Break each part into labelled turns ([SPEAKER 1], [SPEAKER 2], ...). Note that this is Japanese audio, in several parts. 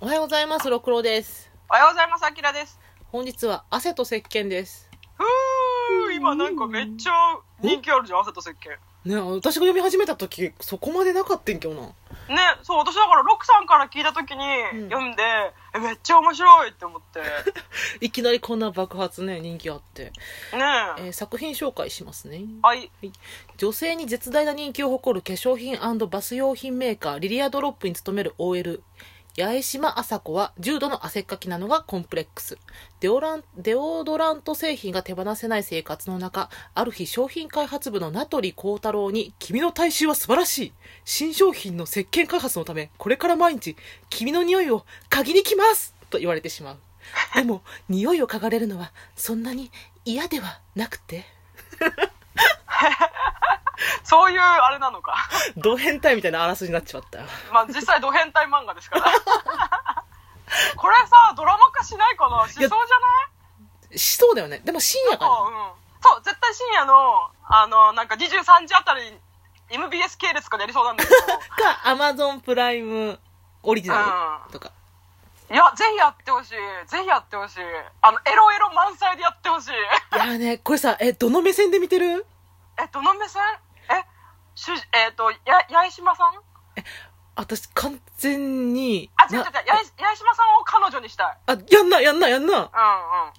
[SPEAKER 1] おはようございます、ろくろです。
[SPEAKER 2] おはようございます、あきらです。
[SPEAKER 1] 本日は汗と石鹸です。
[SPEAKER 2] ふう今なんかめっちゃ人気あるじゃん、汗と石鹸。
[SPEAKER 1] ね、私が読み始めた時、そこまでなかったんけどな。
[SPEAKER 2] ね、そう、私だからロクさんから聞いた時
[SPEAKER 1] うん
[SPEAKER 2] に読んで、え、めっちゃ面白いって 思って。ね
[SPEAKER 1] いきなりこんな爆発ね、人気あって。えー作品紹介しますね。
[SPEAKER 2] はい。
[SPEAKER 1] 女性に絶大な人気を誇る化粧品バス用品メーカーリリアドロップに勤める OL 八重島麻子は重度の汗っかきなのがコンプレックスデオランデオドラント製品が手放せない生活の中ある日商品開発部の名取幸太郎に「君の体臭は素晴らしい新商品の石鹸開発のためこれから毎日君の匂いを嗅ぎに来ます!」と言われてしまうでも匂いを嗅がれるのはそんなに嫌ではなくて
[SPEAKER 2] そういうあれなのか。
[SPEAKER 1] ド変態みたいなあらすじになっちまったよ
[SPEAKER 2] まあ実際ド変態漫画ですから。 これさ、ドラマ化しないかなしそうじゃない
[SPEAKER 1] しそうだよね。でも深夜か
[SPEAKER 2] そう、うん。そう、絶対深夜の、あの、なんか23時あたりに MBS 系列とかでやりそうなんだけど。
[SPEAKER 1] ら。か、アマゾンプライムオリジナルとか。
[SPEAKER 2] いや、ぜひやってほしい。ぜひやってほしい。あの、エロエロ満載でやってほしい。
[SPEAKER 1] いやーね、これさ、え、どの目線で見てる
[SPEAKER 2] え、どの目線え、主人えっ、と、や、八重島さん
[SPEAKER 1] 私、完全に。
[SPEAKER 2] あ、違う違う違う
[SPEAKER 1] な、
[SPEAKER 2] 八重八重島さんを彼女にしたい。
[SPEAKER 1] あ、やんな、やんな、やんな。
[SPEAKER 2] うんうん。
[SPEAKER 1] あ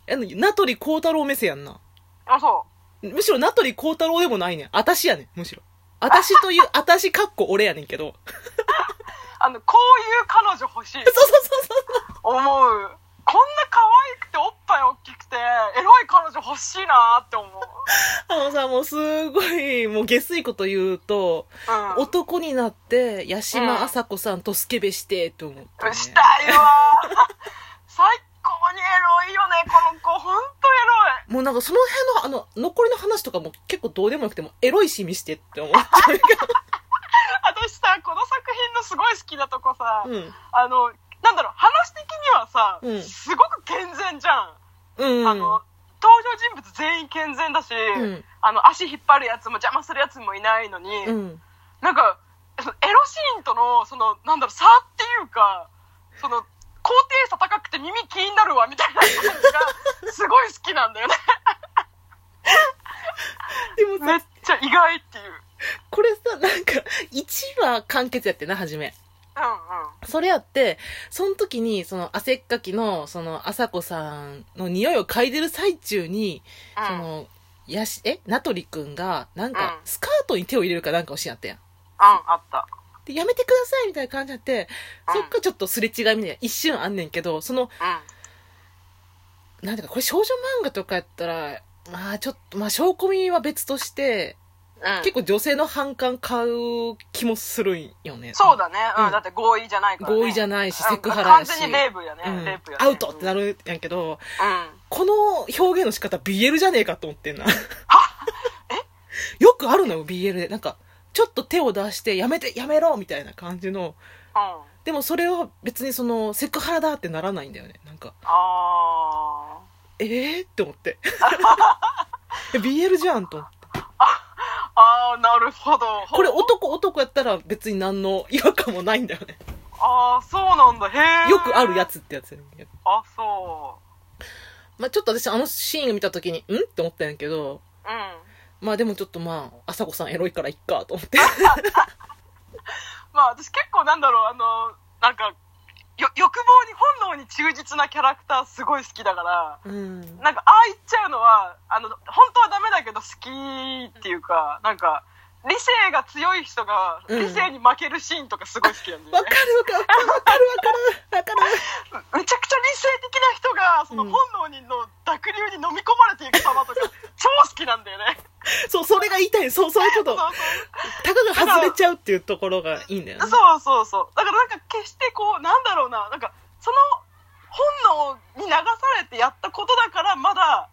[SPEAKER 1] の、名取幸太郎目線やんな。
[SPEAKER 2] あ、そ
[SPEAKER 1] むしろ名取幸太郎でもないねん。私やねん、むしろ。私という、私かっこ俺やねんけど。
[SPEAKER 2] う。あの、こういう彼女欲しい
[SPEAKER 1] そう。そうそうそう。
[SPEAKER 2] 思う。こんな可愛くておっぱい大きくて、エロい彼女欲しいなーって思う。
[SPEAKER 1] あのさ、もうすごい、もう下水こと言うと、
[SPEAKER 2] うん。
[SPEAKER 1] 男になって、八島麻子さんとスケベして、と思った、ね。
[SPEAKER 2] したいわ ー最高にエロいよね、この子。ほんとエロい。
[SPEAKER 1] もうなんかその辺の、あの、残りの話とかも結構どうでもよくても、エロいシーン見してって思っちゃうけ
[SPEAKER 2] 私さ、この作品のすごい好きなとこさ、
[SPEAKER 1] ど。
[SPEAKER 2] あの、なんだろう、話的にはさ、
[SPEAKER 1] うん
[SPEAKER 2] すごく健全じゃん。
[SPEAKER 1] うん。うん。
[SPEAKER 2] あの、登場人物全員健全だし、
[SPEAKER 1] うん
[SPEAKER 2] あの、足引っ張るやつも邪魔するやつもいないのに、
[SPEAKER 1] うん。
[SPEAKER 2] なんか、そのエロシーンとの、その、なんだろう、差っていうか、その、高低差高くて耳気になるわ、みたいな 感じが、すごい好きなんだよね。
[SPEAKER 1] でも
[SPEAKER 2] め
[SPEAKER 1] さ
[SPEAKER 2] っ、ちゃ意外っていう。
[SPEAKER 1] これさ、なんか、1話完結やってな、初め。
[SPEAKER 2] うんうん。
[SPEAKER 1] それやって、その時に、その、汗っかきの、その、朝子さんの匂いを嗅いでる最中に、
[SPEAKER 2] うん
[SPEAKER 1] その、やし、え、名取くんが、なんか
[SPEAKER 2] う、ん
[SPEAKER 1] スカートに手を入れるかなんかをしやったやん。
[SPEAKER 2] うん、あった。
[SPEAKER 1] で、やめてくださいみたいな感じになって、そっからちょっとすれ違いみたいな、一瞬あんねんけど、その、
[SPEAKER 2] うん。
[SPEAKER 1] なんていうか、これ少女漫画とかやったら、まあちょっと、まあ証拠みは別として、
[SPEAKER 2] うん、
[SPEAKER 1] 結構女性の反感買う気もするんよね。
[SPEAKER 2] そうだね、うん
[SPEAKER 1] うん
[SPEAKER 2] だって合意じゃないから、ね、
[SPEAKER 1] 合意じゃないし
[SPEAKER 2] うん
[SPEAKER 1] セクハラやし
[SPEAKER 2] 完全にレイプやね、
[SPEAKER 1] うん
[SPEAKER 2] レイプやね
[SPEAKER 1] アウトってな
[SPEAKER 2] る
[SPEAKER 1] るやんけど、
[SPEAKER 2] うん、
[SPEAKER 1] この表現の仕方 BL じゃねえかと思ってんな。 よくあるのよ、BL で。なんか、ちょっと手を出して、やめて、やめろみたいな感じの。
[SPEAKER 2] うん、
[SPEAKER 1] でもそれは別にその、セクハラだってならないんだよね。なんか、
[SPEAKER 2] あ
[SPEAKER 1] えーって思って。BL じゃんと思って。
[SPEAKER 2] ーあーなるほど
[SPEAKER 1] これ男男やったら別に何の違和感もないんだよね。
[SPEAKER 2] ああそうなんだへえ
[SPEAKER 1] よくあるやつってやつやねんけど。
[SPEAKER 2] あそ
[SPEAKER 1] まあちょっと私あのシーン見た時に、んって思ったんやけど、
[SPEAKER 2] ううん
[SPEAKER 1] まあでもちょっとまあ、朝子さんエロいからいっかと思って。
[SPEAKER 2] まあ私結構なんだろうあのなんかよ欲望に本能に忠実なキャラクターすごい好きだから
[SPEAKER 1] うん。
[SPEAKER 2] なんかああ言っちゃうのはあの本当はダメだけど好きっていうかなんか理性が強い人が
[SPEAKER 1] うん
[SPEAKER 2] 理性に負けるシーンとかすごい好きなんだ
[SPEAKER 1] わ
[SPEAKER 2] よ
[SPEAKER 1] か
[SPEAKER 2] ね、
[SPEAKER 1] るわかるわかるわかるわかる
[SPEAKER 2] めちゃくちゃ理性的な人がその
[SPEAKER 1] うん
[SPEAKER 2] 本能にの濁流に飲み込まれていく様とか超好きなんだよね
[SPEAKER 1] そう、それが言いたい。そう、そういうこ
[SPEAKER 2] そう
[SPEAKER 1] と。たかが外れちゃうっていうところがいいんだよね。
[SPEAKER 2] そうそうそうだからなんか決してこうなんだろうななんかその本能に流されてやったことだからまだ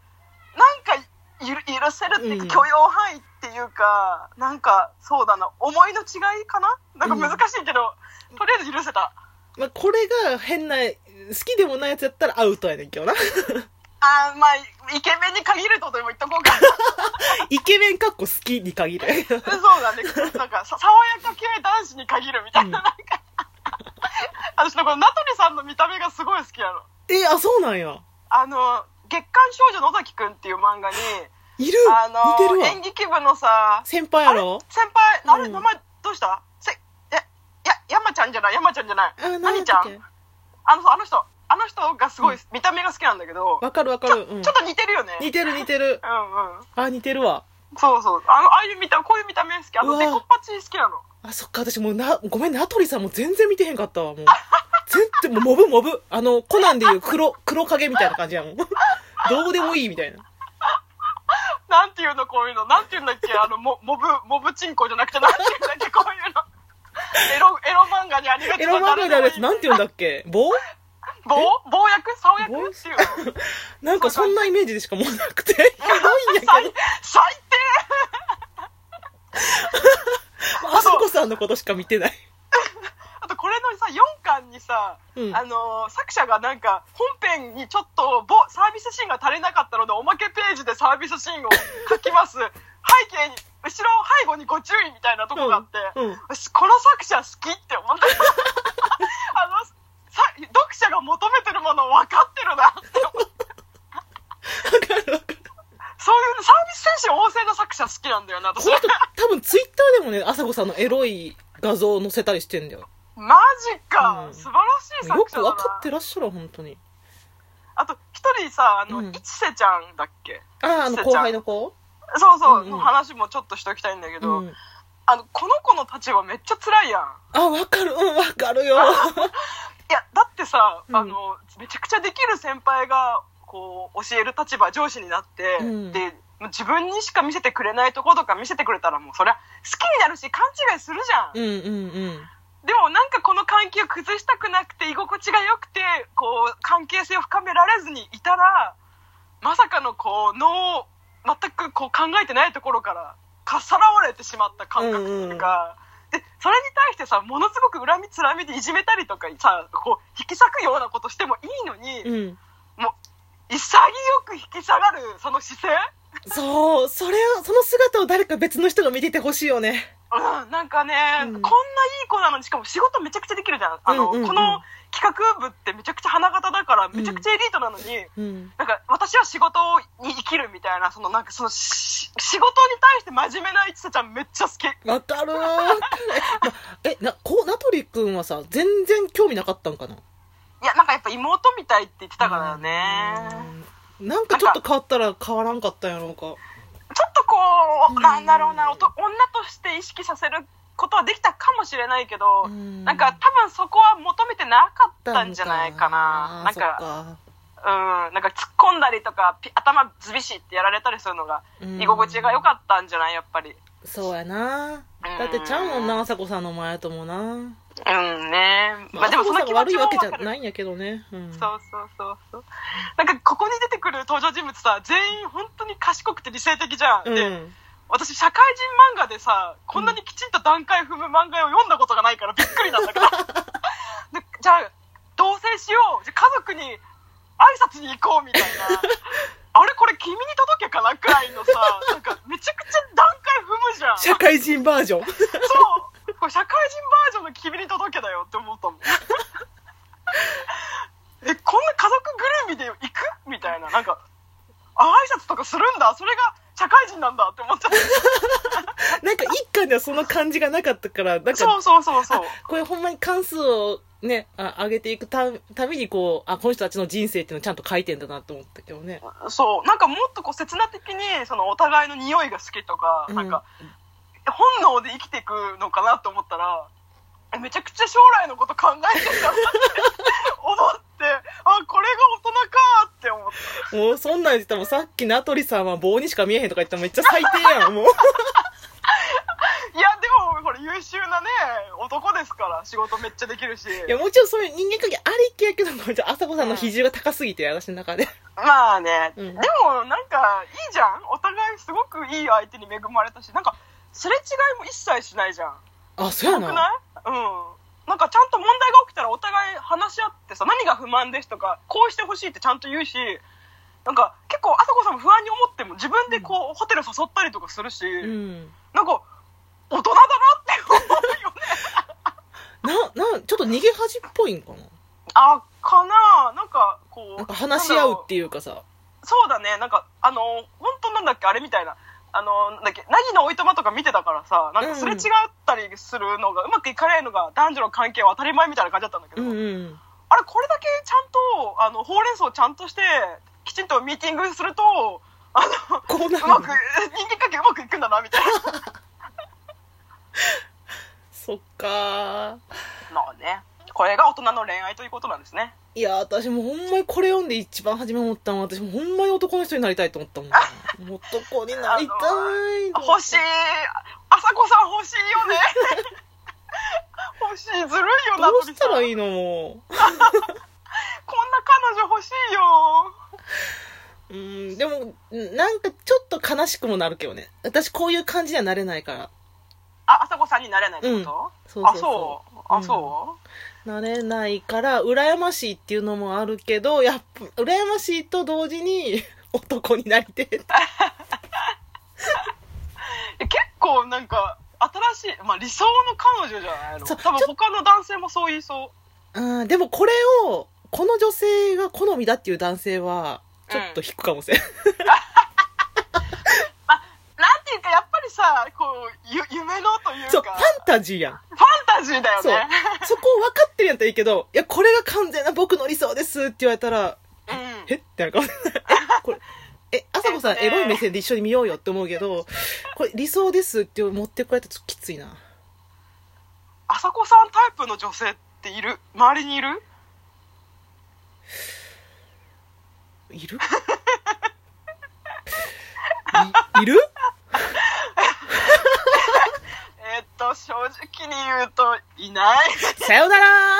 [SPEAKER 2] なんかゆる許せるっていう
[SPEAKER 1] うん
[SPEAKER 2] か許容範囲っていうか、なんかそうだな思いの違いかななんか難しいけど、とりあえず許せた
[SPEAKER 1] まあこれが変な、好きでもないやつやったらアウトやねんけどな。
[SPEAKER 2] あーまあイケメンに限るとでも言っとこ うか
[SPEAKER 1] イケメンかっこ好きに限る。
[SPEAKER 2] そうだね。 なんか、さ爽やか系男子に限るみたいな、なんか。私のこの名取さんの見た目がすごい好きなの。
[SPEAKER 1] え、あ、そうなんや。
[SPEAKER 2] あの、月刊少女野崎くんっていう漫画に、
[SPEAKER 1] いる
[SPEAKER 2] あ
[SPEAKER 1] 似て
[SPEAKER 2] の、
[SPEAKER 1] るわ。
[SPEAKER 2] 演劇部のさ、
[SPEAKER 1] 先輩や
[SPEAKER 2] あれ
[SPEAKER 1] ろ
[SPEAKER 2] 先輩、あ
[SPEAKER 1] う
[SPEAKER 2] れ、
[SPEAKER 1] ん
[SPEAKER 2] 名前どうしたせ、え、や、山ちゃんじゃない、山ちゃんじゃない。
[SPEAKER 1] あ、なんや
[SPEAKER 2] 何
[SPEAKER 1] っ
[SPEAKER 2] ちゃ
[SPEAKER 1] たっけ
[SPEAKER 2] んあの、そうあの人、あの人がすごい、見た目が好きなんだけど、
[SPEAKER 1] わかるわか
[SPEAKER 2] ちょ
[SPEAKER 1] る。うん
[SPEAKER 2] ちょ。っと似てるよね。
[SPEAKER 1] 似てる似てる。
[SPEAKER 2] うんうん。
[SPEAKER 1] あ、似てるわ。
[SPEAKER 2] そうそう。あの、ああいう見た、こういう見た目好き。あ
[SPEAKER 1] うわ
[SPEAKER 2] の、デコパチ好きなの。
[SPEAKER 1] あ、そっか、私もうな、ごめん、名取さんも全然見てへんかったわ、もう。全然、もうモブモブ。あの、コナンでいう黒、黒影みたいな感じや もん。どうでもいいみたいな。
[SPEAKER 2] なんていうの、こういうの。なんていうんだっけ、あの、モモブ、モブチンコじゃなくて、なんていうんだっけ、こういうの。エロ、エロ漫画にありがち
[SPEAKER 1] エロ漫画であるやつ、なんて言うんだっけ棒
[SPEAKER 2] 棒棒役竿役
[SPEAKER 1] 棒
[SPEAKER 2] っていうの。
[SPEAKER 1] なんかそんなイメージでしかもうな くて。ひどいんやけど。
[SPEAKER 2] 最、最低
[SPEAKER 1] あそこさんのことしか見てない。
[SPEAKER 2] あとこれのさ4巻にさ、
[SPEAKER 1] うん
[SPEAKER 2] あのー作者がなんか本編にちょっとぼサービスシーンが足りなかったのでおまけページでサービスシーンを書きます 背景に後ろ背後にご注意みたいなとこがあって、
[SPEAKER 1] うんうん
[SPEAKER 2] 私この作者好きって思った あのさ読者が求めてるもの分かってるなって思って
[SPEAKER 1] わか るわかる。
[SPEAKER 2] そういうサービス精神旺盛な作者好きなんだよな
[SPEAKER 1] こ
[SPEAKER 2] 私
[SPEAKER 1] の人、多分ツイッターでもね、あさこさんのエロい画像を載せたりしてんだよ。
[SPEAKER 2] マジか、
[SPEAKER 1] うん
[SPEAKER 2] 素晴らしい
[SPEAKER 1] よ
[SPEAKER 2] 作
[SPEAKER 1] く
[SPEAKER 2] 者だな
[SPEAKER 1] わかってらっしゃる、本当に。
[SPEAKER 2] あと一人さあの、
[SPEAKER 1] うん
[SPEAKER 2] 一瀬ちゃんだっけ
[SPEAKER 1] ああ、あの、後輩の子
[SPEAKER 2] そうそ
[SPEAKER 1] う
[SPEAKER 2] う、
[SPEAKER 1] んうん
[SPEAKER 2] の話もちょっとしておきたいんだけ
[SPEAKER 1] う
[SPEAKER 2] ど、
[SPEAKER 1] ん。
[SPEAKER 2] あの、この子の立場めっちゃ辛いやん。
[SPEAKER 1] あ、わかる、うん、わかる よ。
[SPEAKER 2] いや、だってさ、
[SPEAKER 1] うん
[SPEAKER 2] あの、めちゃくちゃできる先輩が、こう、教える立場、上司になって、
[SPEAKER 1] うん
[SPEAKER 2] で、もう自分にしか見せてくれないとことか見せてくれたらもうそりゃ好きになるし勘違いするじゃん、
[SPEAKER 1] うん、うん、うん。
[SPEAKER 2] でもなんかこの関係を崩したくなくて居心地が良くてこう関係性を深められずにいたらまさかのこう脳を全くこう考えてないところからかっさらわれてしまった感覚というか、でそれに対してさものすごく恨みつらみでいじめたりとかさこう引き裂くようなことしてもいいのに、
[SPEAKER 1] うん。
[SPEAKER 2] もう潔く引き下がるその姿勢
[SPEAKER 1] そう、それを、その姿を誰か別の人が見ててほしいよね。
[SPEAKER 2] うん、なんかね、
[SPEAKER 1] うん
[SPEAKER 2] こんないい子なのにしかも仕事めちゃくちゃできるじゃんあ
[SPEAKER 1] うん
[SPEAKER 2] の、
[SPEAKER 1] うんうん
[SPEAKER 2] この企画部ってめちゃくちゃ花形だからめちゃくちゃエリートなのに、
[SPEAKER 1] うん。
[SPEAKER 2] なんか私は仕事に生きるみたいなそのなんかそのし仕事に対して真面目な一さちゃんめっちゃ好き
[SPEAKER 1] わかるー。え、な、こう、ナトリ君はさ、全然興味なかったんかない
[SPEAKER 2] やなんかやっぱ妹みたいって言ってたからね
[SPEAKER 1] うんなんかちょっと変わったら変わらんかったんやろうか。
[SPEAKER 2] ちょっとこう、
[SPEAKER 1] うん
[SPEAKER 2] なんだろうなおと女として意識させることはできたかもしれないけど、
[SPEAKER 1] うん
[SPEAKER 2] なんか多分そこは求めてなかったんじゃないかな
[SPEAKER 1] あ
[SPEAKER 2] な
[SPEAKER 1] ー
[SPEAKER 2] んか
[SPEAKER 1] そっか
[SPEAKER 2] うん、なんか突っ込んだりとかピ頭ずびしってやられたりするのが
[SPEAKER 1] うん
[SPEAKER 2] 居心地が良かったんじゃないやっぱり
[SPEAKER 1] そうやなだってちゃうもんなあさこさんの前やともな
[SPEAKER 2] うんねまあ
[SPEAKER 1] あ
[SPEAKER 2] で
[SPEAKER 1] さ
[SPEAKER 2] も
[SPEAKER 1] こ
[SPEAKER 2] そ
[SPEAKER 1] さん
[SPEAKER 2] の
[SPEAKER 1] が
[SPEAKER 2] 気持
[SPEAKER 1] 悪い
[SPEAKER 2] ち
[SPEAKER 1] わ
[SPEAKER 2] も
[SPEAKER 1] けじゃ
[SPEAKER 2] 分かる
[SPEAKER 1] ないんやけどねうん
[SPEAKER 2] そうそうそうそうなんかここに出てくる登場人物さ全員本当に賢くて理性的じゃん、
[SPEAKER 1] ん
[SPEAKER 2] で私社会人漫画でさこんなにきちんと段階踏む漫画を読んだことがないからびっくりなん だけどでじゃあ同棲しようじゃあ家族に挨拶に行こうみたいな あれこれ君に届けかなくらいのさなんかめちゃくちゃ段階踏むじゃん
[SPEAKER 1] 社会人バージョン
[SPEAKER 2] そうこれ社会人バージョンの君に届けだよって思 ったもんえこんな家族ぐるみで行くみたいななんかあ挨拶とかするんだそれが社会人なんだって思っちゃった
[SPEAKER 1] なんか一巻ではその感じがなかったからなん
[SPEAKER 2] そ
[SPEAKER 1] か
[SPEAKER 2] うそうそうそう
[SPEAKER 1] これほんまに関数をねあ上げていくたたびにこうあこの人たちの人生っていうのをちゃんと書いてんだなと思ったけどね
[SPEAKER 2] そうなんかもっとこう刹那的にそのお互いの匂いが好きとか、
[SPEAKER 1] うん
[SPEAKER 2] なんか本能で生きていくのかなと思ったらえめちゃくちゃ将来のこと考えてるなって思って あこれが大人かって思って
[SPEAKER 1] もうそんなん言ってたらもうさっき名取さんは棒にしか見えへんとか言ったらめっちゃ最低やんもう
[SPEAKER 2] いやでもこれ優秀なね男ですから仕事めっちゃできるし
[SPEAKER 1] いやもちろんそういう人間関係ありきやけどもうちょっとあさこさんの比重が高すぎて私の中で
[SPEAKER 2] まあね、
[SPEAKER 1] うん
[SPEAKER 2] でもなんかいいじゃんお互いすごくいい相手に恵まれたしなんかすれ違いも一切しないじゃん
[SPEAKER 1] あそうや
[SPEAKER 2] な
[SPEAKER 1] な
[SPEAKER 2] くないうんなんかちゃんと問題が起きたらお互い話し合ってさ何が不満ですとかこうしてほしいってちゃんと言うしなんか結構あさこさんも不安に思っても自分でこう、ホテル誘ったりとかするし、
[SPEAKER 1] うん
[SPEAKER 2] なんか大人だなって思うよね
[SPEAKER 1] な、な、ちょっと逃げ恥っぽいんかな
[SPEAKER 2] あかななんかこう
[SPEAKER 1] なんか話し合う
[SPEAKER 2] なんだろ
[SPEAKER 1] っていうかさ
[SPEAKER 2] そうだねなんかあの本当なんだっけあれみたいなあのなんだっけ凪のおいとまとか見てたからさなんかすれ違ったりするのが、うまくいかないのが男女の関係は当たり前みたいな感じだったんだけ
[SPEAKER 1] う
[SPEAKER 2] ど、
[SPEAKER 1] んうん
[SPEAKER 2] あれこれだけちゃんとあのほうれん草ちゃんとしてきちんとミーティングするとあの う
[SPEAKER 1] こうなる
[SPEAKER 2] まく人間関係うまくいくんだなみたい な
[SPEAKER 1] そっか
[SPEAKER 2] まあねこれが大人の恋愛ということなんですね
[SPEAKER 1] いや私もうほんまにこれ読んで一番初め思ったのは私もほんまに男の人になりたいと思ったもん男になりたいと思った
[SPEAKER 2] 欲しいあさこさん欲しいよ ね欲しいずるいよ
[SPEAKER 1] ど
[SPEAKER 2] な
[SPEAKER 1] うしたらいいのも
[SPEAKER 2] こんな彼女欲しいよ
[SPEAKER 1] ううんでもんなんかちょっと悲しくもなるけどね私こういう感じにはなれないから
[SPEAKER 2] あ、あさこさんになれないって
[SPEAKER 1] う
[SPEAKER 2] こと、
[SPEAKER 1] んそうそうそう
[SPEAKER 2] あ、そうあ、そ
[SPEAKER 1] なれないから羨ましいっていうのもあるけどやっぱ羨ましいと同時に 男になりてえ
[SPEAKER 2] うえ結構なんか、新しい、まあ理想の彼女じゃないの
[SPEAKER 1] そ
[SPEAKER 2] 多
[SPEAKER 1] う
[SPEAKER 2] 分
[SPEAKER 1] ち
[SPEAKER 2] 他の男性もそう言いそう。
[SPEAKER 1] うんでもこれをこの女性が好みだっていう男性はちょっと引くかもしれない、
[SPEAKER 2] なんていうか、やっぱりさ、こう、ゆ夢のとい
[SPEAKER 1] そううファ
[SPEAKER 2] か
[SPEAKER 1] ン、タジーやん
[SPEAKER 2] ファンタジーだよ
[SPEAKER 1] そう
[SPEAKER 2] ね。
[SPEAKER 1] そこを分かってるんやったらいいけどいやこれが完全な僕の理想ですって言われたら
[SPEAKER 2] う。
[SPEAKER 1] えってなるかもしれないえこれえ朝子さんエロい目線で一緒に見ようよって思うけどこれ理想ですって持ってこられたらちょっときついなん
[SPEAKER 2] あさこさんタイプの女性っている周りにいる
[SPEAKER 1] い るいいる
[SPEAKER 2] えーっと、正直に言うと、いない。
[SPEAKER 1] さよなら